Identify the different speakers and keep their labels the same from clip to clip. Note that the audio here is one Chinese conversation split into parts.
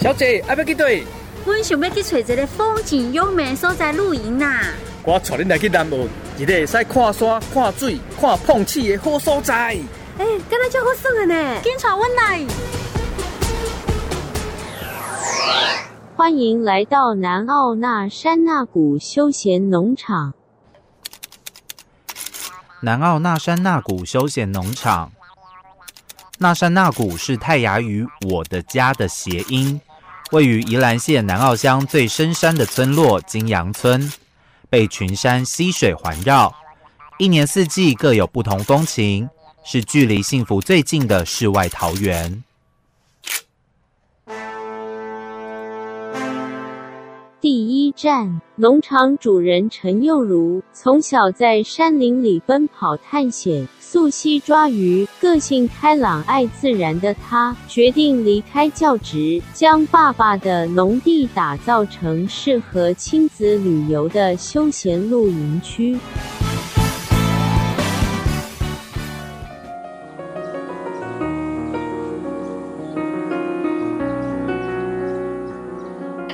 Speaker 1: 小姐，阿要去对？
Speaker 2: 阮想要去找一个风景优美的所在露营呐、
Speaker 1: 我带恁来去南澳，一个会使看山、看水、看碰瓷的好所在。
Speaker 3: 哎、敢若足好耍的呢。
Speaker 2: 警察，阮来。
Speaker 4: 欢迎来到南澳那山那谷休闲农场。
Speaker 5: 南澳那山那谷休闲农场。那山那谷是泰雅语“我的家”的谐音，位于宜兰县南澳乡最深山的村落金阳村，被群山溪水环绕，一年四季各有不同风情，是距离幸福最近的世外桃源。
Speaker 4: 第一站，农场主人陈佑如从小在山林里奔跑探险，溯溪抓鱼，个性开朗爱自然的他，决定离开教职，将爸爸的农地打造成适合亲子旅游的休闲露营区。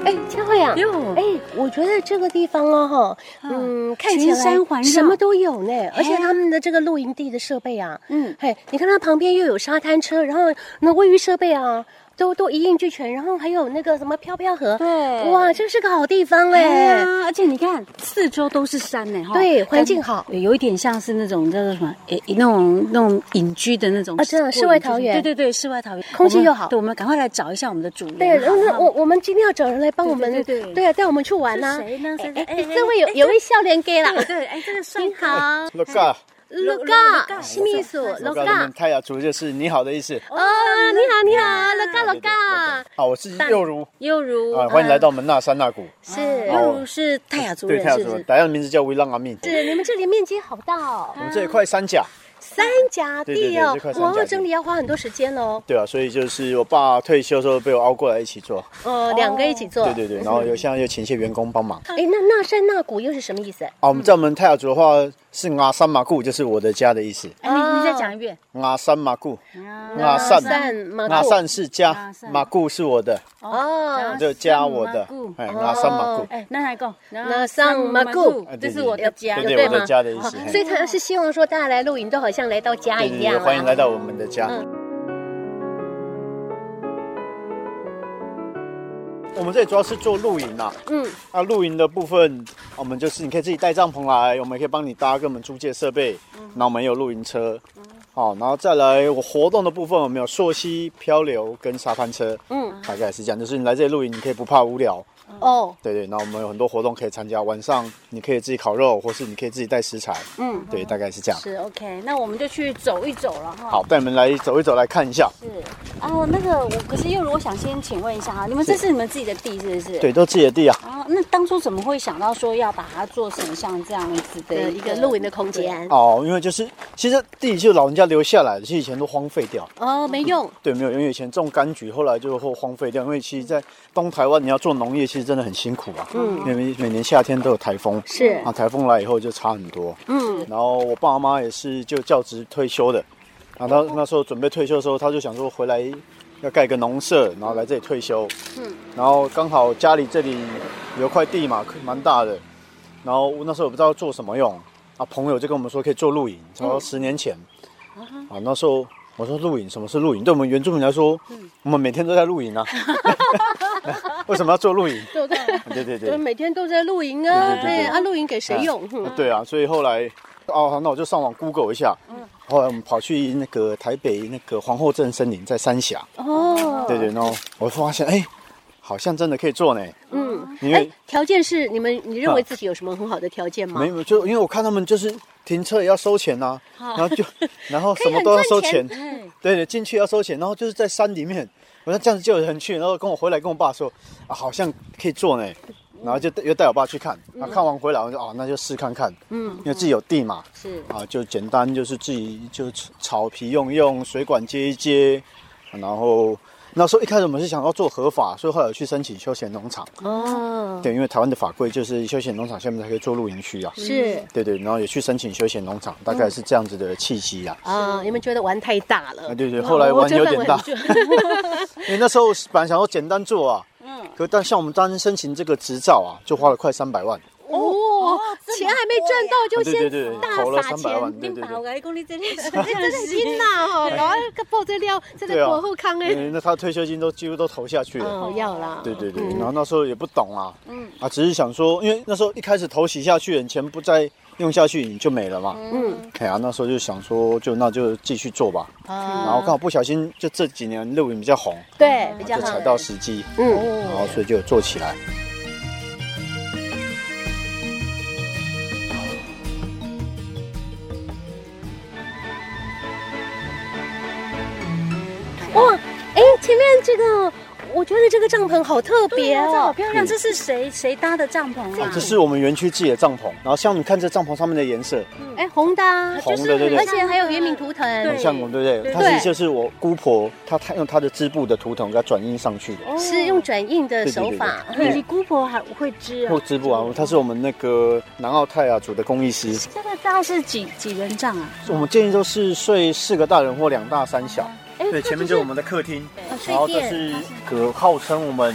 Speaker 3: 哎，佳慧啊，
Speaker 2: 哟
Speaker 3: 哎，我觉得这个地方哦，哈，嗯，看起来
Speaker 2: 群山环绕
Speaker 3: 什么都有呢，而且他们的这个露营地的设备啊，
Speaker 2: 嗯，
Speaker 3: 嘿，你看它旁边又有沙滩车，然后那卫浴设备啊，都都一应俱全，然后还有那个什么飘飘河，
Speaker 2: 对
Speaker 3: 哇，这是个好地方
Speaker 2: 对
Speaker 3: 哎，
Speaker 2: 啊，而且你看四周都是山呢，哈，
Speaker 3: 对环境好
Speaker 2: 感觉有一点像是那种叫做什么，诶、那种那种隐居的那种
Speaker 3: 啊真的
Speaker 2: 过
Speaker 3: 世外桃源
Speaker 2: 对对对，世外桃源，
Speaker 3: 空气
Speaker 2: 我们
Speaker 3: 又好
Speaker 2: 对，我们赶快来找一下我们的主人，
Speaker 3: 对，然
Speaker 2: 好
Speaker 3: 后
Speaker 2: 不
Speaker 3: 那
Speaker 2: 好
Speaker 3: 我我们今天要找人来帮我们，
Speaker 2: 对对对
Speaker 3: 啊，带我们去玩呐
Speaker 2: 是。谁呢？谁
Speaker 3: 哎，
Speaker 2: 哎哎
Speaker 3: 这位有有位笑脸给啦，
Speaker 2: 对对，哎，这个帅
Speaker 3: 你
Speaker 2: 哥，
Speaker 3: 好，
Speaker 6: 老嘎，
Speaker 3: 罗
Speaker 2: 罗
Speaker 3: 嘎，
Speaker 2: 嘎
Speaker 3: 西秘书，
Speaker 6: 老
Speaker 3: 罗
Speaker 6: 嘎，你
Speaker 3: 嘎
Speaker 6: 们，泰雅族就是你好的意思。
Speaker 2: 啊
Speaker 3: 哦，你好你好，罗嘎罗
Speaker 6: 对对对
Speaker 3: 嘎，
Speaker 6: 好，我是幼如
Speaker 3: 又如
Speaker 2: 嗯
Speaker 6: 啊，欢迎来到我们那山那谷。
Speaker 3: 是
Speaker 6: 好
Speaker 2: 又如是泰雅族
Speaker 6: 对，
Speaker 2: 人
Speaker 6: 泰雅，
Speaker 2: 嗯是不
Speaker 6: 族
Speaker 2: 是？
Speaker 6: 大家的名字叫维朗阿密。
Speaker 3: 是你们这里面积好大哦
Speaker 6: 我，们这一块山甲，
Speaker 3: 三甲地
Speaker 6: 对对对
Speaker 3: 哦
Speaker 6: 这块，三
Speaker 3: 哇
Speaker 6: 甲，地
Speaker 3: 整理要花很多时间哦喽。
Speaker 6: 对啊，所以就是我爸退休的时候被我熬过来一起做。
Speaker 3: 哦，两个一起做。
Speaker 6: 对对对，然后
Speaker 2: 嗯
Speaker 6: 有现在又请一些员工帮忙。
Speaker 3: 哎，那那山那谷又是什么意思？
Speaker 6: 啊，我们在我们泰雅族的话是阿山马固，就是我的家的意思。
Speaker 2: 哎，
Speaker 3: 啊
Speaker 2: 你你再讲一遍，啊
Speaker 6: 阿山马固，
Speaker 2: 那
Speaker 6: 阿善
Speaker 3: 善马
Speaker 6: 阿
Speaker 3: 固
Speaker 6: 善是
Speaker 2: 阿
Speaker 6: 家，
Speaker 2: 善
Speaker 6: 马固是我的，
Speaker 3: 哦，
Speaker 6: 就家我的
Speaker 2: 马固，
Speaker 6: 哎，阿山马固，
Speaker 2: 哎，那来个，
Speaker 3: 那上马固
Speaker 6: 哎对
Speaker 2: 这
Speaker 6: 对
Speaker 2: 是我的家，哦
Speaker 3: 对
Speaker 6: 对对，我的
Speaker 3: 吗
Speaker 6: 家的意思。哎嘿
Speaker 3: 所以他是希望说大家来露营都好像来到家嗯
Speaker 6: 对对
Speaker 3: 一
Speaker 6: 对，
Speaker 3: 样。啊
Speaker 6: 欢迎来。到我们的家。我们这里主要是做露营啦、啊，
Speaker 3: 嗯，
Speaker 6: 那露营的部分，我们就是你可以自己带帐篷来，我们也可以帮你搭，跟我们租借设备，
Speaker 3: 嗯
Speaker 6: 那我们也有露营车，好，然后再来我活动的部分，我们有溯溪、漂流跟沙滩车，
Speaker 3: 嗯
Speaker 6: 嗯，大概是这样，就是你来这里露营，你可以不怕无聊，
Speaker 3: 哦，
Speaker 6: 对对，那我们有很多活动可以参加，晚上你可以自己烤肉，或是你可以自己带食材，
Speaker 3: 嗯，
Speaker 6: 对，大概是这样。
Speaker 2: 是 OK，那我们就去走一走了哈。
Speaker 6: 好，带你们来走一走，来看一下。
Speaker 2: 是哦，那个我可是又如我想先请问一下啊，你们这是你们自己的地是不是？。
Speaker 6: 对，都自己的地啊。
Speaker 2: 啊，那当初怎么会想到说要把它做成像这样子的
Speaker 3: 的
Speaker 2: 一
Speaker 3: 一
Speaker 2: 个
Speaker 3: 个
Speaker 2: 露
Speaker 3: 露
Speaker 2: 营
Speaker 3: 营
Speaker 2: 的
Speaker 3: 的
Speaker 2: 空
Speaker 3: 空
Speaker 2: 间？
Speaker 3: 间。
Speaker 6: 哦，因为就是其实地就是老人家留下来的，其实以前都荒废掉。
Speaker 3: 哦，没用。
Speaker 6: 对，没有，因为以前种柑橘，后来就后荒废掉。因为其实，在东台湾你要做农业，其实真的很辛苦啊。
Speaker 3: 嗯
Speaker 6: 嗯，因为每年夏天都有台风，
Speaker 3: 是
Speaker 6: 啊，台风来以后就差很多。
Speaker 3: 嗯，
Speaker 6: 然后我爸妈也是就教职退休的，啊，他那时候准备退休的时候，他就想说回来要盖个农舍，然后来这里退休。
Speaker 3: 嗯
Speaker 6: 嗯，然后刚好家里这里有块地嘛，蛮大的，然后我那时候也不知道做什么用，啊，朋友就跟我们说可以做露营，差
Speaker 3: 嗯
Speaker 6: 不多十年前，啊，那时候。我说露营，什么是露营？对我们原住民来说，
Speaker 3: 嗯
Speaker 6: 我们每天都在 露营啊。为什么要做露营？
Speaker 3: 对不对？
Speaker 6: 对对
Speaker 3: 就是
Speaker 6: 对，
Speaker 3: 每天都在露营啊，
Speaker 6: 对对对
Speaker 3: 哎，
Speaker 6: 对
Speaker 3: 啊，露营给谁用？嗯哼
Speaker 6: 啊对啊，所以后来，哦，那我就上网 Google 一下，
Speaker 3: 嗯
Speaker 6: 后来我们跑去那个台北那个皇后镇森林，在三峡，
Speaker 3: 哦，
Speaker 6: 对对，然后我发现，哎，好像真的可以做呢，
Speaker 3: 嗯，
Speaker 6: 因
Speaker 3: 哎
Speaker 6: 为，
Speaker 3: 条件是你们，你认为
Speaker 6: 啊
Speaker 3: 自己有什么很好的条件吗？
Speaker 6: 没有就因为我看他们就是停车也要收钱呐、然后 就然后什么都要收钱，哎对对，进去要收钱，然后就是在山里面，我说这样子就有人去，然后跟我回来跟我爸说，啊，好像可以做呢。然后就又带我爸去看，然后看完回来我就啊，那就试看看，
Speaker 3: 嗯
Speaker 6: 嗯，因为自己有地嘛，
Speaker 3: 是
Speaker 6: 啊，就简单，就是自己就草皮用一用，水管接一接，然后那时候一开始我们是想要做合法，所以后来有去申请休闲农场。
Speaker 2: 哦，
Speaker 6: 对，因为台湾的法规就是休闲农场下面才可以做露营区啊。
Speaker 3: 嗯
Speaker 2: 是
Speaker 6: 对对，然后也去申请休闲农场，大概是这样子的契机啊。
Speaker 3: 啊，你们觉得玩太大了哦
Speaker 6: 啊，？对对，后来玩有点大
Speaker 3: 嗯我，觉得范围很大
Speaker 6: 因为那时候本来想要简单做啊，嗯，可但像我们单申请这个执照啊，就花了快三百万，
Speaker 3: 哦，钱还没赚到就
Speaker 6: 啊对对对
Speaker 3: 先
Speaker 6: 对
Speaker 3: 大
Speaker 6: 投了
Speaker 3: 撒
Speaker 6: 三百万
Speaker 3: 钱，
Speaker 6: 啊对对对，
Speaker 2: 来讲，你这里
Speaker 3: 真的哦很紧呐吼，然后报这料，真
Speaker 6: 对
Speaker 3: 的
Speaker 6: 啊
Speaker 3: 国后康哎，
Speaker 6: 嗯，那他退休金都几乎都投下去了。
Speaker 3: 哦要啦，
Speaker 6: 对对对，
Speaker 3: 嗯
Speaker 6: 然后那时候也不懂啊，嗯啊，只是想说，因为那时候一开始投洗下去，你钱不再用下去，你就没了嘛。
Speaker 3: 嗯，
Speaker 6: 哎呀、啊，那时候就想说，就那就继续做吧。然后刚好不小心，就这几年露营比较红，
Speaker 2: 对比较
Speaker 6: 就
Speaker 2: 好
Speaker 6: 踩。到时机，
Speaker 3: 嗯，
Speaker 6: 然后所以就有做起来。
Speaker 3: 哇，哎，前面这个我觉得这个帐篷好特别
Speaker 2: 啊，这好
Speaker 3: 哦，
Speaker 2: 漂亮！这是谁谁搭的帐篷啊？
Speaker 6: 嗯哦这是我们园区自己的帐篷，然后像你看这帐篷上面的颜色，
Speaker 3: 哎，红的啊，
Speaker 6: 红的对不对
Speaker 3: 而且还有原民图腾，
Speaker 6: 很像我们，对不对？它
Speaker 3: 对
Speaker 6: 其实就是我姑婆，她她用她的织布的图腾给它转印上去的，
Speaker 3: 是用转印的手法，
Speaker 2: 哦你你姑婆还会织啊
Speaker 6: 或？织布啊，她嗯是我们那个南澳泰雅族的工艺师。
Speaker 2: 这个大概是几几人帐啊？
Speaker 6: 我们建议都是睡四个大人或两大三小。
Speaker 2: 哎
Speaker 6: 对，前面就是我们的客厅，
Speaker 3: 哦
Speaker 6: 然后
Speaker 3: 睡
Speaker 6: 这
Speaker 3: 垫，
Speaker 6: 是可号称我们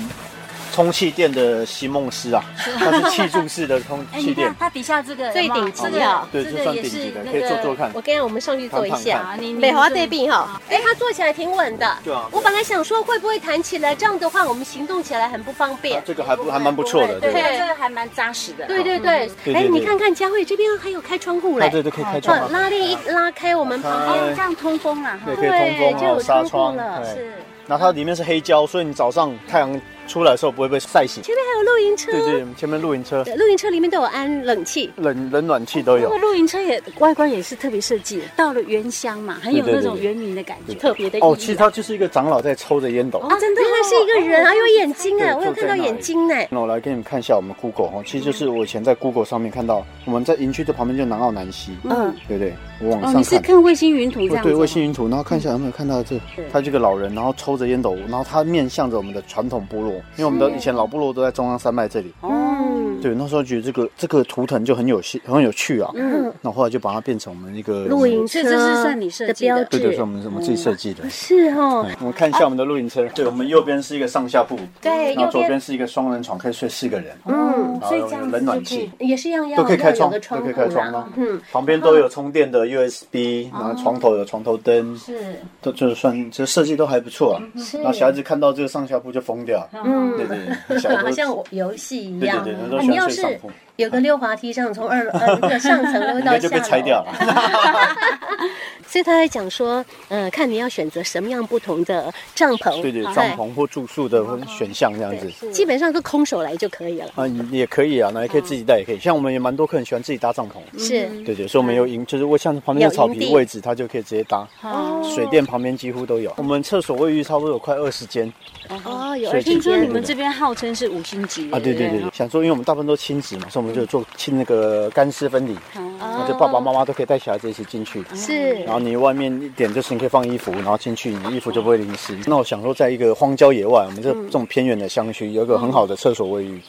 Speaker 6: 充气垫的席梦思啊， 它是气柱式的充
Speaker 2: 哎，
Speaker 6: 气
Speaker 2: 你
Speaker 6: 垫啊
Speaker 2: 看，它底下这个
Speaker 3: 最
Speaker 2: 有没有
Speaker 3: 顶级
Speaker 2: 这
Speaker 3: 的
Speaker 2: 个
Speaker 6: 对，
Speaker 2: 这
Speaker 6: 这
Speaker 2: 个
Speaker 6: 算
Speaker 2: 也
Speaker 6: 顶级
Speaker 2: 是
Speaker 6: 的，
Speaker 2: 那
Speaker 6: 可以做做
Speaker 2: 个
Speaker 6: 看
Speaker 3: 我。跟你我们上去坐一
Speaker 6: 看
Speaker 3: 下
Speaker 6: 看，
Speaker 2: 啊你
Speaker 3: 美华对比哈，哎，它坐起来挺稳的。
Speaker 6: 对啊
Speaker 3: 我本来想说会不会弹起来，这样的话我们行动起来很不方便。
Speaker 6: 啊这个还不还蛮不错的，
Speaker 2: 对，
Speaker 6: 对。
Speaker 2: 这个还蛮扎实的。
Speaker 3: 对对对
Speaker 6: 嗯对，
Speaker 3: 哎，
Speaker 6: 对
Speaker 3: 你
Speaker 6: 对
Speaker 3: 看看佳慧这边还有开窗户嘞
Speaker 6: 啊，对对，可以开窗
Speaker 3: 哦，
Speaker 6: 啊，
Speaker 3: 拉链一拉开，我们旁边
Speaker 2: 哦，这样通风了哈
Speaker 6: 对，。可以通风，
Speaker 3: 对就
Speaker 6: 还有
Speaker 3: 有
Speaker 6: 纱
Speaker 3: 窗户
Speaker 6: 窗，
Speaker 3: 了
Speaker 6: 对
Speaker 2: 是
Speaker 6: 然后它里面是黑胶，所以你早上太阳出来的时候不会被晒醒。
Speaker 3: 前面还有露营车
Speaker 6: 对，对，前面露营车、
Speaker 3: 露营车里面都有安冷气，
Speaker 6: 冷冷暖气都
Speaker 2: 这
Speaker 6: 有
Speaker 2: 个。露营车也外观也是特别设计的，到了原乡嘛，很有
Speaker 6: 对对
Speaker 2: 那
Speaker 6: 对
Speaker 2: 种
Speaker 6: 对
Speaker 2: 原民的感觉。
Speaker 3: 特别的
Speaker 6: 哦，其实它就是一个长老在抽着烟斗。
Speaker 2: 哦真的哦
Speaker 3: 原来是一个人，还有眼睛哎，
Speaker 6: 对
Speaker 3: 我有看到眼睛哎，
Speaker 6: 那我来给你们看一下我们 Google 哦，其实就是我以前在 Google 上面看到，我们在营区的旁边就南澳南溪，
Speaker 2: 嗯，
Speaker 6: 对不对？我往
Speaker 2: 哦，
Speaker 6: 上
Speaker 2: 你是
Speaker 6: 看，
Speaker 2: 看卫星云图这
Speaker 6: 哦
Speaker 2: 样子
Speaker 6: 对
Speaker 2: 吗？
Speaker 6: 卫星云图，然后看一下有没有看到这，他这个老人，然后抽着烟斗，然后他面向着我们的传统部落，因为我们的以前老部落都在中央山脉这里，
Speaker 2: 哦
Speaker 3: 嗯，
Speaker 6: 对，那时候觉得这个这个图腾就很有戏，很有趣啊，嗯，那后来就把它变成我们一个
Speaker 3: 露营车
Speaker 2: 这这是算你设
Speaker 3: 的
Speaker 2: 计嗯的
Speaker 3: 标
Speaker 6: 对对，是我嗯
Speaker 3: 志，
Speaker 6: 们我们自己设计的。
Speaker 3: 是哦，
Speaker 6: 我们看一下我们的露营车，对我们右边是一个上下铺，
Speaker 3: 对，
Speaker 6: 然
Speaker 3: 右
Speaker 6: 后左
Speaker 3: 边
Speaker 6: 边是一个双人床，可以睡四个人，
Speaker 2: 哦
Speaker 3: 嗯
Speaker 6: 然后有冷暖气，
Speaker 3: 也是一样要
Speaker 6: 都可以
Speaker 3: 要
Speaker 6: 开
Speaker 3: 有
Speaker 6: 窗，
Speaker 3: 个
Speaker 6: 都
Speaker 3: 窗
Speaker 6: 可以
Speaker 3: 户
Speaker 6: 开窗
Speaker 3: 啦
Speaker 6: 啊，
Speaker 3: 嗯，哦
Speaker 6: 旁边都有充电的 USB，然后床头有床头灯，
Speaker 3: 是，
Speaker 6: 都就是算这设计都还不错啊。然后小孩子看到这个上下铺就疯掉，对
Speaker 3: 嗯。
Speaker 6: 对，小孩
Speaker 3: 好
Speaker 6: 子
Speaker 3: 像我游戏一
Speaker 6: 对
Speaker 3: 样，
Speaker 6: 对对，人都
Speaker 3: 啊
Speaker 6: 喜
Speaker 3: 你
Speaker 6: 欢
Speaker 3: 要
Speaker 6: 睡上
Speaker 3: 是
Speaker 6: 铺，
Speaker 3: 有个溜滑梯上，从二呃那个上层溜
Speaker 6: 应
Speaker 3: 到
Speaker 6: 该就被
Speaker 3: 下
Speaker 6: 拆掉
Speaker 3: 楼，
Speaker 6: 了。
Speaker 3: 所以他在讲说，呃，看你要选择什么样不同的帐篷，
Speaker 6: 对对，帐篷或住宿的选项这样子。
Speaker 3: 基本上都空手来就可以了。
Speaker 6: 啊，也可以啊，那也可以自己带，也
Speaker 3: 嗯
Speaker 6: 可以。像我们也蛮多客人喜欢自己搭帐篷，
Speaker 3: 是
Speaker 6: 对对，所以我们有营，就是我像旁边有草
Speaker 3: 有营
Speaker 6: 皮
Speaker 3: 地
Speaker 6: 位置，它就可以直接搭。
Speaker 2: 哦
Speaker 6: 水电旁边几乎都有，我们厕所卫浴差不多有快二十间
Speaker 2: 嗯
Speaker 3: 哦，有
Speaker 6: 所
Speaker 3: 二
Speaker 6: 以
Speaker 3: 十
Speaker 6: 今
Speaker 2: 听说
Speaker 6: 天
Speaker 2: 你
Speaker 3: 天，
Speaker 2: 们这边号称是五星级的
Speaker 6: 啊，对对对，，想说因为我们大部分都亲子嘛，所以我们就做亲那个干湿分离，
Speaker 3: 哦
Speaker 6: 那就爸爸妈妈都可以带小孩子一起进去。
Speaker 3: 是
Speaker 6: 然后你外面一点就是你可以放衣服，然后进去你衣服就不会淋湿。那我想说，在一个荒郊野外，我们这这种偏远的乡区，有一个很好的厕所卫浴，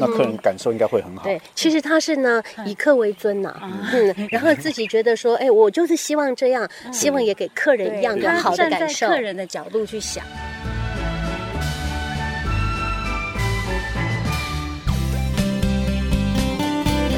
Speaker 6: 那客人感受应该会很好。
Speaker 3: 对，其
Speaker 2: 嗯
Speaker 3: 实他是呢以客为尊呐、
Speaker 2: 啊
Speaker 3: 嗯，然后自己觉得说，哎，我就是希望这样，希望也给客人一样的
Speaker 2: 嗯哦他
Speaker 3: 好的
Speaker 2: 站在
Speaker 3: 感受。
Speaker 2: 客人的角度去想。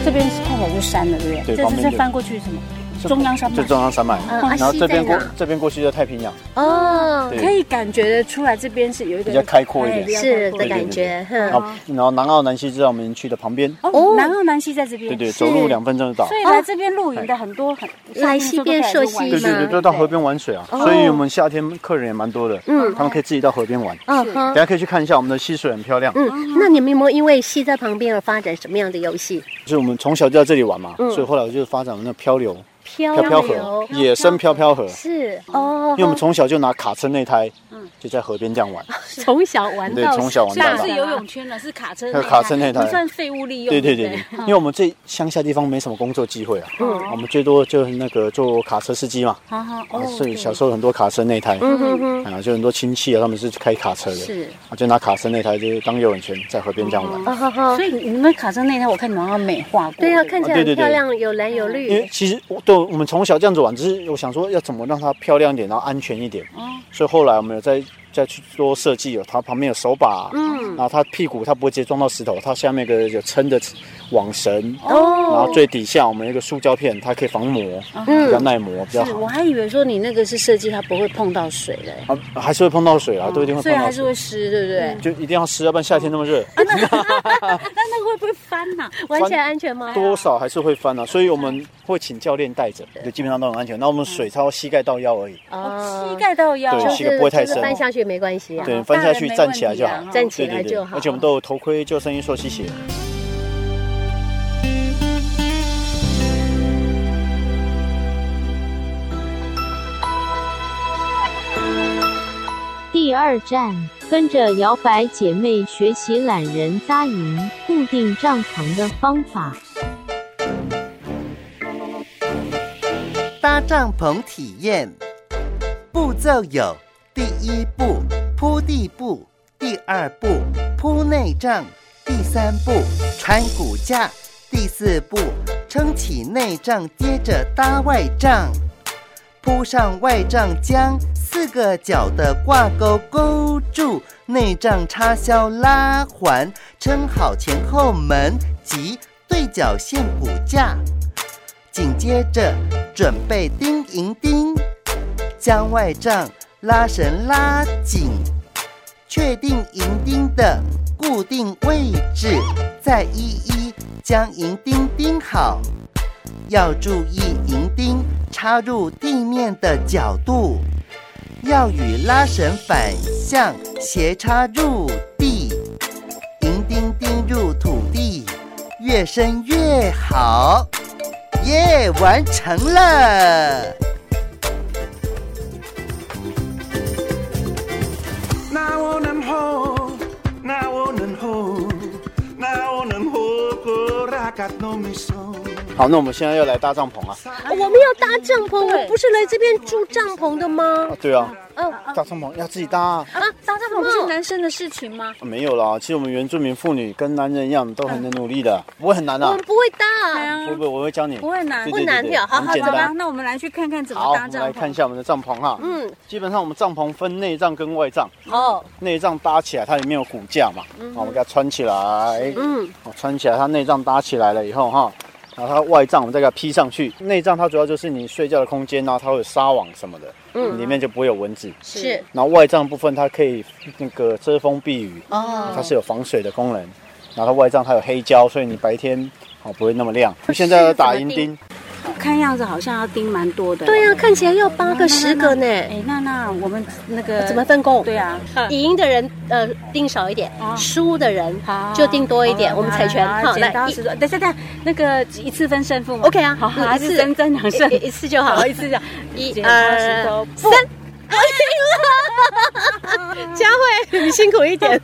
Speaker 2: 这边是看起来就山了，对不对？
Speaker 6: 对
Speaker 2: 这
Speaker 6: 旁
Speaker 2: 是
Speaker 6: 边
Speaker 2: 再
Speaker 6: 就
Speaker 2: 翻过去是什么？中央山脉
Speaker 6: 就中央山脉。
Speaker 3: 嗯啊
Speaker 6: 然后这边
Speaker 3: 西
Speaker 6: 过
Speaker 3: 在哪
Speaker 6: 这边过去就太平洋，
Speaker 3: 哦，
Speaker 6: 对
Speaker 2: 可以感觉得出来，这边是有一个
Speaker 6: 比较开阔一
Speaker 2: 哎
Speaker 6: 点
Speaker 2: 比较开
Speaker 3: 是
Speaker 2: 阔
Speaker 3: 的
Speaker 2: 一点
Speaker 3: 感觉，
Speaker 6: 然
Speaker 3: 哼，
Speaker 6: 后然后南澳南溪就在我们营区的旁边，
Speaker 2: 哦，南澳南溪在这边，
Speaker 6: 对对，走路两分钟就到
Speaker 2: 所。以来这边露营的很多很
Speaker 3: 来西边溯溪
Speaker 6: 对对
Speaker 3: 吗
Speaker 6: 对，就到河边玩水啊，所以我们夏天客人也蛮多的，嗯，他们可以自己到河边玩。
Speaker 3: 嗯
Speaker 6: 大
Speaker 2: 哦
Speaker 3: 哼，
Speaker 6: 家可以去看一下我们的溪水很漂亮，
Speaker 3: 嗯，那你们有没有因为戏在旁边而发展什么样的游戏？
Speaker 6: 就是我们从小就在这里玩嘛，
Speaker 3: 嗯
Speaker 6: 所以后来我就发展了那漂流，
Speaker 3: 漂
Speaker 6: 飘飘河
Speaker 3: 流，
Speaker 6: 野生飘飘河。
Speaker 3: 是哦
Speaker 6: 因为我们从小就拿卡车内胎，就在河边这样玩。
Speaker 3: 从小玩
Speaker 6: 对
Speaker 3: 到
Speaker 6: 从小玩
Speaker 2: 虽
Speaker 6: 到
Speaker 2: 然
Speaker 6: 大
Speaker 2: 不是游泳圈了，是卡车那一台，
Speaker 6: 呃卡车那一台
Speaker 2: 不算废物利用。
Speaker 6: 对对
Speaker 2: 不
Speaker 6: 对对，
Speaker 3: 嗯
Speaker 6: 因为我们这乡下地方没什么工作机会啊，
Speaker 2: 嗯
Speaker 6: 我们最多就是那个做卡车司机嘛，
Speaker 2: 好好
Speaker 6: 啊
Speaker 2: 哦，
Speaker 6: 所以
Speaker 2: 对
Speaker 6: 小时候很多卡车内胎，
Speaker 3: 嗯哼哼，
Speaker 6: 啊，就很多亲戚啊，他们是开卡车的，
Speaker 2: 是，
Speaker 6: 啊，就拿卡车内胎就是当游泳圈在河边这样玩。
Speaker 3: 啊哈哈
Speaker 2: 所，以你们卡车那一台我看你们好像美化过。
Speaker 3: 对啊，
Speaker 2: 不
Speaker 3: 看起来
Speaker 6: 啊
Speaker 3: 很
Speaker 6: 对对对
Speaker 3: 漂亮，有蓝有
Speaker 6: 因为
Speaker 2: 嗯
Speaker 3: 绿，
Speaker 6: 其实我对我们从小这样子玩，只是我想说要怎么让它漂亮一点，然后安全一点。
Speaker 2: 哦
Speaker 6: 所以后来我们有再再去做设计，有它旁边有手把，
Speaker 3: 嗯
Speaker 6: 然后它屁股它不会直接撞到石头，它下面有个有撑的网绳，然
Speaker 3: 哦
Speaker 6: 后最底下我们有一个塑胶片，它可以防磨，比较
Speaker 3: 嗯，
Speaker 6: 耐磨，比较
Speaker 2: 是，
Speaker 6: 好
Speaker 2: 我。还以为说你那个是设计，它不会碰到水嘞，
Speaker 6: 啊，还是会碰到水
Speaker 3: 哦
Speaker 6: 啊，都一定会
Speaker 2: 所以
Speaker 6: 碰到
Speaker 2: 还是
Speaker 6: 水，
Speaker 2: 会湿，对不对？
Speaker 6: 就一定要湿，要不然夏天那么热，
Speaker 2: 啊
Speaker 3: 哎
Speaker 2: 那那个会不会翻
Speaker 6: 啊
Speaker 2: 呐？
Speaker 3: 玩起来安全吗？
Speaker 6: 多少还是会翻啊。所以我们会请教练带着，就基本上都很安全。那我们
Speaker 3: 嗯
Speaker 6: 水超膝盖到腰而已，
Speaker 3: 哦
Speaker 2: 膝盖到腰，
Speaker 6: 对
Speaker 3: 就
Speaker 6: 膝盖
Speaker 3: 是
Speaker 6: 不会太
Speaker 3: 就
Speaker 2: 哦
Speaker 6: 深
Speaker 3: 是翻下去也没关系啊。
Speaker 6: 对，翻下
Speaker 2: 大人
Speaker 6: 去
Speaker 2: 没
Speaker 6: 站起来就
Speaker 2: 问
Speaker 6: 好
Speaker 2: 题啊，
Speaker 3: 站起
Speaker 6: 对
Speaker 3: 来
Speaker 6: 对
Speaker 3: 就
Speaker 6: 对
Speaker 3: 好。，
Speaker 6: 而且我们都有头盔、救生衣、溯溪鞋。
Speaker 4: 第二站，跟着摇摆姐妹学习懒人扎营、固定帐篷的方法。
Speaker 7: 搭帐篷体验。步骤有：第一步铺地布，第二步铺内帐，第三步穿骨架，第四步撑起内帐，接着搭外帐，铺上外帐，将四个角的挂钩勾住，内帐插销拉环，撑好前后门及对角线骨架。紧接着准备钉银钉，将外帐拉绳拉紧，确定银钉的固定位置，再一一将银钉钉好。要注意银钉插入地面的角度，要与拉绳反向斜插入地，银钉钉入土地，越深越好。耶完成了。
Speaker 8: Now on and ho, now on and ho, now on and ho, good I got no me soul.
Speaker 6: 好，那我们现在要来搭帐篷啊！
Speaker 3: 我们要搭帐篷，
Speaker 2: 对
Speaker 3: 我不是来这边住帐篷的吗
Speaker 6: 啊？，对啊，
Speaker 3: 哦
Speaker 6: 搭帐篷要自己搭啊。
Speaker 2: 啊，搭帐篷不是男生的事情吗？
Speaker 6: 没有啦，其实我们原住民妇女跟男人一样，都很努力的，不会很难
Speaker 3: 我
Speaker 6: 啊
Speaker 3: 们。不会搭
Speaker 2: 对
Speaker 3: 啊，
Speaker 2: 啊
Speaker 6: 不，会，我会教你。
Speaker 2: 不会难
Speaker 6: 对
Speaker 3: 不难的
Speaker 6: 对对
Speaker 3: 好好
Speaker 6: 很简
Speaker 2: 好吧，
Speaker 6: 单。
Speaker 2: 那我们来去看看怎
Speaker 6: 好，
Speaker 2: 么
Speaker 6: 我
Speaker 2: 搭
Speaker 6: 们
Speaker 2: 帐
Speaker 6: 来看一
Speaker 2: 篷。
Speaker 6: 下我们的帐篷哈。
Speaker 3: 嗯，
Speaker 6: 基本上我们帐篷分内帐跟外帐，
Speaker 3: 哦，
Speaker 6: 内帐搭起来它里面有骨架嘛，好，我们给它穿起来。
Speaker 3: 嗯，
Speaker 6: 好，穿起来它内帐搭起来了以后哈，然后它外帐我们再给它披上去。内帐它主要就是你睡觉的空间啊，它会有纱网什么的，
Speaker 3: 嗯
Speaker 6: 里面就不会有蚊子。
Speaker 3: 是
Speaker 6: 然后外帐部分它可以那个遮风避雨，
Speaker 2: 哦
Speaker 6: 它是有防水的功能。然后它外帐它有黑胶，所以你白天哦不会那么亮。现在要打银钉，
Speaker 2: 看样子好像要钉蛮多的。
Speaker 3: 对呀，看起来要八
Speaker 2: 那，
Speaker 3: 个、十个呢，
Speaker 2: 哎，那那我们那个
Speaker 3: 怎么？分工？
Speaker 2: 对啊，
Speaker 3: 赢的人呃定少一点
Speaker 2: 哦，
Speaker 3: 输的人
Speaker 2: 好
Speaker 3: 就定多一点，
Speaker 2: 好
Speaker 3: 我们猜拳。
Speaker 2: 好
Speaker 3: 好，
Speaker 2: 剪
Speaker 3: 来
Speaker 2: 刀
Speaker 3: 一
Speaker 2: 石头，等一下等一下，那个一次分胜负吗
Speaker 3: ，OK 啊，
Speaker 2: 好，
Speaker 3: 嗯
Speaker 2: 好，一
Speaker 3: 一
Speaker 2: 次
Speaker 3: 次
Speaker 2: 分三两胜
Speaker 3: 一。 一次就好
Speaker 2: 好，，一次讲
Speaker 3: 一
Speaker 2: 剪刀石头
Speaker 3: 二
Speaker 2: 布
Speaker 3: 三。 我赢了，佳慧，你辛苦一点，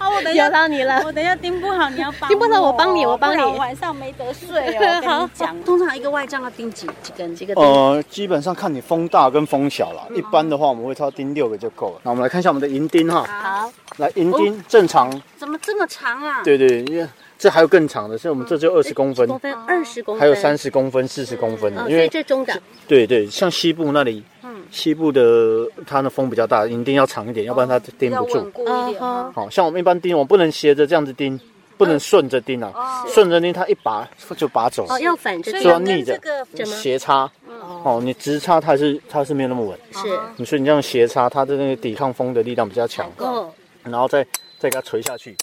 Speaker 2: 好，我等一
Speaker 3: 有
Speaker 2: 下，
Speaker 3: 到你了。
Speaker 2: 我等一下盯不好，你要帮
Speaker 3: 盯不好我帮你我帮你
Speaker 2: 不然晚上没得睡哦。我跟你 讲，通常一个外帐要盯几几根？几个
Speaker 6: 呃，基本上看你风大跟风小啦。
Speaker 3: 哦
Speaker 6: 一般的话，我们会超钉六个就够了。那我们来看一下我们的银钉哈，
Speaker 3: 啊
Speaker 2: 好，
Speaker 6: 来银钉正常，
Speaker 2: 怎么这么长啊？
Speaker 6: 对对，因为这还有更长的，所以我们这就二十公分，
Speaker 3: 公分嗯二十公分，
Speaker 6: 还有三十公分、四十公分
Speaker 3: 哦，
Speaker 6: 的，因
Speaker 3: 所以
Speaker 6: 为
Speaker 3: 这嗯中等。
Speaker 6: 对对，像西部那里，西部的它的风比较大，银钉要长一点，要不然它钉
Speaker 2: 要
Speaker 6: 不住
Speaker 2: 稳。固一点啊。
Speaker 6: 好像我们一般钉，我们不能斜着这样子钉，不能顺着钉啊，顺着钉它一拔就拔走，
Speaker 3: 哦哦，要反着
Speaker 2: 所以
Speaker 6: 说
Speaker 2: 要
Speaker 3: 装
Speaker 6: 逆
Speaker 2: 跟
Speaker 6: 着
Speaker 2: 这个
Speaker 3: 怎么嗯
Speaker 6: 斜插。哦，你直插它是它是没有那么稳，
Speaker 3: 是
Speaker 6: 你说你这样斜插，它的那个抵抗风的力量比较强，
Speaker 3: 哦，
Speaker 6: 然后再再给它垂下去。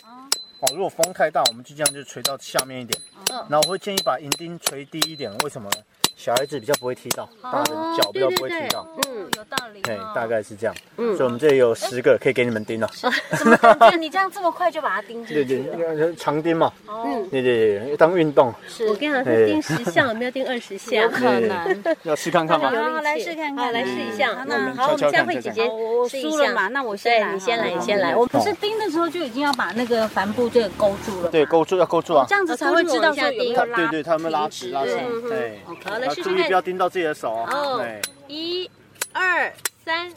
Speaker 6: 哦，如果风太大，我们就这样就垂到下面一点。
Speaker 3: 嗯
Speaker 6: 然后我会建议把银钉
Speaker 3: 哦
Speaker 6: 垂低一点，为什么呢？小孩子比较不会踢到，大人脚比较不会踢到。
Speaker 3: 嗯，
Speaker 2: 有道理。
Speaker 6: 嘿，大概是这样。
Speaker 3: 嗯
Speaker 6: 所以我们这里有十个可以给你们钉了。
Speaker 2: 怎么感觉你这样 这么快就把它钉
Speaker 6: 对
Speaker 2: 进去
Speaker 6: 对，
Speaker 2: 了？
Speaker 6: 对长钉嘛，
Speaker 2: 哦，
Speaker 6: 对对对，当运动
Speaker 2: 是
Speaker 3: 嗯我跟你讲，是定十 项，我们要定二十项
Speaker 2: 有。可能。
Speaker 6: 要试看看吗？
Speaker 2: 好，来试看
Speaker 3: 好，
Speaker 2: 看，
Speaker 3: 来试一下。
Speaker 2: 好
Speaker 3: 嗯，
Speaker 2: 那
Speaker 3: 好，我们佳慧姐姐
Speaker 2: 好我
Speaker 3: 试一
Speaker 2: 输
Speaker 3: 下
Speaker 2: 了嘛，。那我先
Speaker 3: 对
Speaker 2: 来，
Speaker 3: 你先来，
Speaker 2: 好
Speaker 3: 你
Speaker 2: 了
Speaker 3: 先来。
Speaker 6: 好
Speaker 3: 我
Speaker 2: 不是钉的时候就已经要把那个帆布这个勾住了，
Speaker 6: 对，，勾住要勾住
Speaker 3: 哦
Speaker 6: 啊
Speaker 2: 哦这。样子才会知道说有没有
Speaker 6: 它
Speaker 2: 拉，
Speaker 6: 对对，他们拉直拉直
Speaker 2: 对，
Speaker 6: 对。
Speaker 2: OK
Speaker 3: 嗯哦好来
Speaker 6: 要
Speaker 3: 试试
Speaker 6: 注意
Speaker 3: 看
Speaker 6: 不要钉到自己的手
Speaker 3: 哦
Speaker 6: 哦。对
Speaker 3: 一、二、三，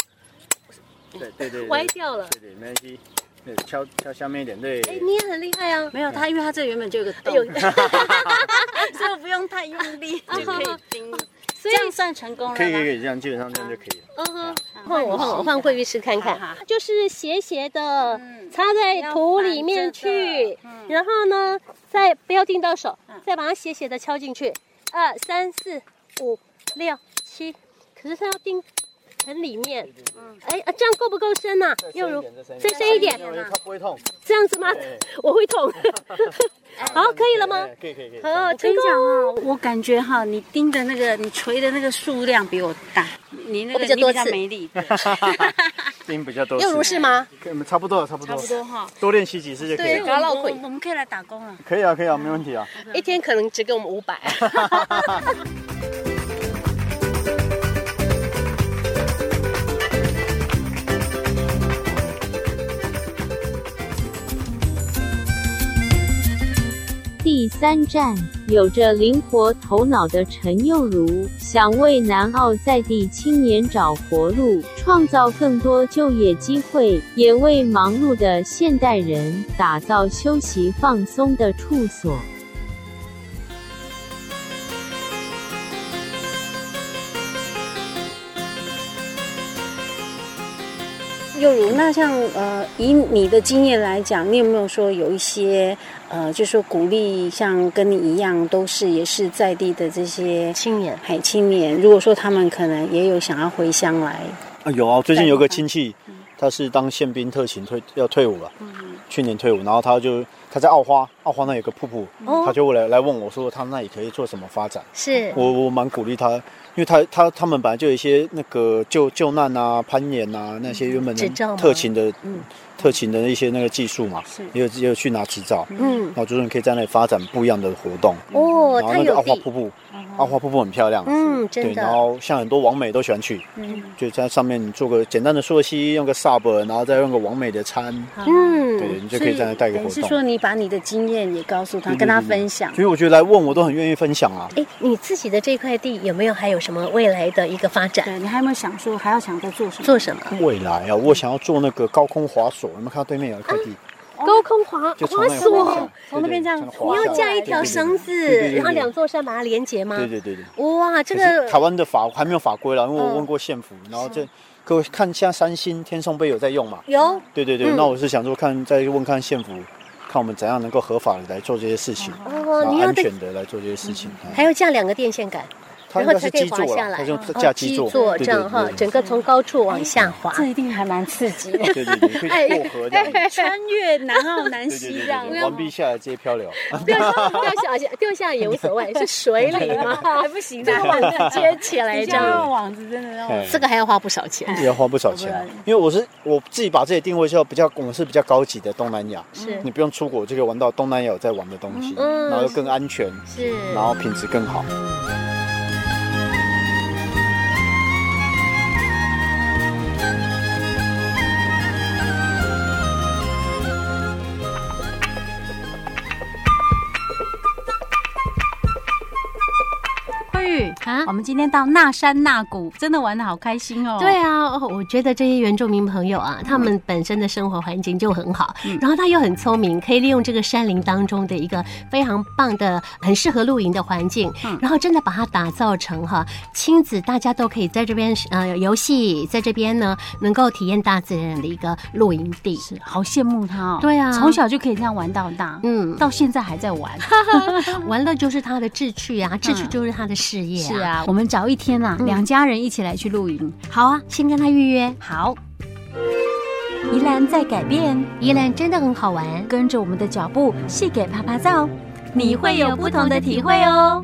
Speaker 6: 对对对，
Speaker 3: 歪
Speaker 6: 对
Speaker 3: 掉了。
Speaker 6: 对对，没关系。对，敲敲下面一点，对。
Speaker 3: 哎，你也很厉害啊！
Speaker 2: 没有它，因为它这原本就有个洞，
Speaker 3: 有，
Speaker 2: 所以我不用太用力就
Speaker 3: 嗯
Speaker 2: 可以钉，
Speaker 3: 所
Speaker 2: 这
Speaker 3: 以
Speaker 2: 样算成功了
Speaker 6: 可以可以可
Speaker 2: 吗？
Speaker 6: 以，这样基本上这样就可以了。
Speaker 3: 嗯哼，换我换我换慧玉试看
Speaker 2: 好
Speaker 3: 看
Speaker 2: 好，
Speaker 3: 就是斜斜的
Speaker 2: 嗯
Speaker 3: 插在土里面去
Speaker 2: 要翻着的嗯，
Speaker 3: 然后呢，再不要定到手
Speaker 2: 嗯，
Speaker 3: 再把它斜斜的敲进去，二三四五六七，可是它要定很里面，哎啊，这样够不够深呐？又如再深一点，
Speaker 6: 它不会痛。
Speaker 3: 这样子吗
Speaker 6: 对？
Speaker 3: 我会痛。好，哦可以了吗
Speaker 6: 哎？？可以可以可以。
Speaker 3: 哦，
Speaker 2: 我跟
Speaker 3: 成
Speaker 2: 你
Speaker 3: 功
Speaker 2: 讲。哦，我感觉哈，你钉的那个，你锤的那个数量比我大，你那
Speaker 3: 我
Speaker 2: 个
Speaker 3: 比较
Speaker 2: 你
Speaker 3: 多
Speaker 2: 比较
Speaker 3: 次
Speaker 2: 没力，
Speaker 6: 钉比较多。
Speaker 3: 又如是吗？
Speaker 6: 可以，我们差不多了，差不多
Speaker 2: 差
Speaker 6: 了。
Speaker 2: 不多哈。
Speaker 6: 多练习几次就可以
Speaker 3: 对
Speaker 6: 了。
Speaker 3: 搞到
Speaker 2: 我
Speaker 3: 鬼
Speaker 2: 们我们可以来打工了。
Speaker 6: 可以啊，可以啊，没问题啊。
Speaker 3: 嗯一天可能只给我们五 百。
Speaker 4: 第三站，有着灵活头脑的陈又如想为南澳在地青年找活路，创造更多就业机会，也为忙碌的现代人打造休息放松的处所。
Speaker 2: 又如那像呃，以你的经验来讲，你有没有说有一些呃，就说鼓励像跟你一样都是也是在地的这些
Speaker 3: 青年，
Speaker 2: 海青年，如果说他们可能也有想要回乡来，
Speaker 6: 啊，有啊，最近有个亲戚，
Speaker 3: 嗯
Speaker 6: 他是当宪兵特勤退要退伍了，去年退伍，然后他就他在澳花，澳花那有个瀑布，
Speaker 3: 嗯
Speaker 6: 他就来来问我说他那里可以做什么发展，
Speaker 3: 是
Speaker 6: 我我蛮鼓励他，因为他他他们本来就有一些那个救救难啊、攀岩啊那些原本
Speaker 3: 执照吗嗯
Speaker 6: 的特勤的、特勤的一些那个技术嘛
Speaker 2: 是，
Speaker 6: 也有也有去拿执照，
Speaker 3: 嗯，
Speaker 6: 然后就是你可以在那里发展不一样的活动，
Speaker 3: 哦，
Speaker 6: 嗯然后
Speaker 3: 他
Speaker 6: 那个
Speaker 3: 有
Speaker 6: 澳花
Speaker 3: 地
Speaker 6: 瀑，布，澳花瀑布很漂亮，
Speaker 3: 嗯，
Speaker 6: 对，
Speaker 3: 真
Speaker 6: 然
Speaker 3: 的，
Speaker 6: 后像很多网美都喜欢去，就在上面做个简单的溯溪，用个 sub，然后再用个网美的餐，对
Speaker 3: 嗯，
Speaker 6: 你就可以在那带个活
Speaker 2: 所以等于是
Speaker 6: 动。
Speaker 2: 说你把你的经验也告诉他，
Speaker 6: 对
Speaker 2: 跟他
Speaker 6: 对对
Speaker 2: 分享
Speaker 6: 所。以我觉得来问我都很愿意分享啊。
Speaker 3: 哎，你自己的这块地有没有还有什么未来的一个发展？
Speaker 2: 对你还有没有想说还要想着做什么？
Speaker 3: 做什么？
Speaker 6: 未来啊，我想要做那个高空滑索，有没有看到对面有一块地？
Speaker 3: 高空滑
Speaker 6: 哦就从
Speaker 3: 滑
Speaker 6: 那里滑下
Speaker 3: 索
Speaker 6: 来，
Speaker 2: 从那边这样
Speaker 6: 对对
Speaker 3: 你
Speaker 6: 从那里
Speaker 3: 要
Speaker 6: 滑下
Speaker 3: 架
Speaker 6: 来
Speaker 3: 一条绳
Speaker 6: 对对对
Speaker 3: 子，
Speaker 6: 对对
Speaker 3: 然后两座山把它连接吗？
Speaker 6: 对对对对。
Speaker 3: 哇，这
Speaker 6: 可是台
Speaker 3: 个
Speaker 6: 湾的法还没有法规了，因为我问过县府，然后这各位看现在三星天颂杯有在用嘛？
Speaker 3: 有
Speaker 6: 对对对，
Speaker 3: 嗯
Speaker 6: 那我是想说看再问看县府，看我们怎样能够合法的来做这些事情，
Speaker 3: 哦，
Speaker 6: 然
Speaker 3: 你
Speaker 6: 后
Speaker 3: 要
Speaker 6: 安
Speaker 3: 的
Speaker 6: 全的来做这些事情。嗯
Speaker 3: 还要架两个电线杆，
Speaker 6: 它
Speaker 3: 然
Speaker 6: 应
Speaker 3: 后
Speaker 6: 该
Speaker 3: 才
Speaker 6: 是
Speaker 3: 可以
Speaker 6: 基
Speaker 3: 滑
Speaker 6: 座
Speaker 3: 下
Speaker 6: 了，
Speaker 3: 来
Speaker 6: 它是，
Speaker 3: 哦
Speaker 6: 架基座，
Speaker 3: 座
Speaker 6: 对
Speaker 3: 这样哈，整个从高处往下滑。
Speaker 2: 这一定还蛮刺激的，
Speaker 6: 对对对对，
Speaker 3: 哎
Speaker 6: 可以过河这样，对
Speaker 2: 穿越南澳南
Speaker 6: 对
Speaker 2: 西
Speaker 6: 对
Speaker 2: 这样。
Speaker 6: 对，完毕下来直接漂流，
Speaker 3: 掉下掉下来掉下来也无所谓，是水里嘛，还不
Speaker 2: 啊
Speaker 3: 行，这个网子 接起 来
Speaker 2: 这
Speaker 3: 这样，
Speaker 2: 样网子真的 让我
Speaker 6: 哎
Speaker 3: 这个还要花不少钱。
Speaker 6: 也要花不少钱啊，因为我是我自己把自己定位叫比较，我们是比较高级的东南亚，
Speaker 3: 是
Speaker 6: 你不用出国就可以玩到东南亚有在玩的东西，
Speaker 3: 嗯
Speaker 6: 然后又更安全，
Speaker 3: 是，
Speaker 6: 然后品质更好。
Speaker 9: 慧宇
Speaker 3: 啊
Speaker 9: 我们今天到那山那谷，真的玩的好开心哦。
Speaker 3: 对，啊，哦我觉得这些原住民朋友啊，他们本身的生活环境就很好，然后他又很聪明，可以利用这个山林当中的一个非常棒的、很适合露营的环境，然后真的把它打造成哈亲子大家都可以在这边呃游戏，在这边呢能够体验大自然的一个露营地。
Speaker 9: 是好羡慕他哦。
Speaker 3: 对啊
Speaker 9: 从小就可以这样玩到大，
Speaker 3: 嗯，
Speaker 9: 到现在还在 玩。啊
Speaker 3: 玩乐就是他的志趣啊，志趣就是他的事业、
Speaker 9: 是，啊，我们找一天啊，两家人一起来去露营。
Speaker 3: 好啊，先跟他预约。
Speaker 9: 好，宜兰在改变，
Speaker 3: 宜兰真的很好玩。
Speaker 9: 跟着我们的脚步，细给啪啪照，你会有不同的体会哦。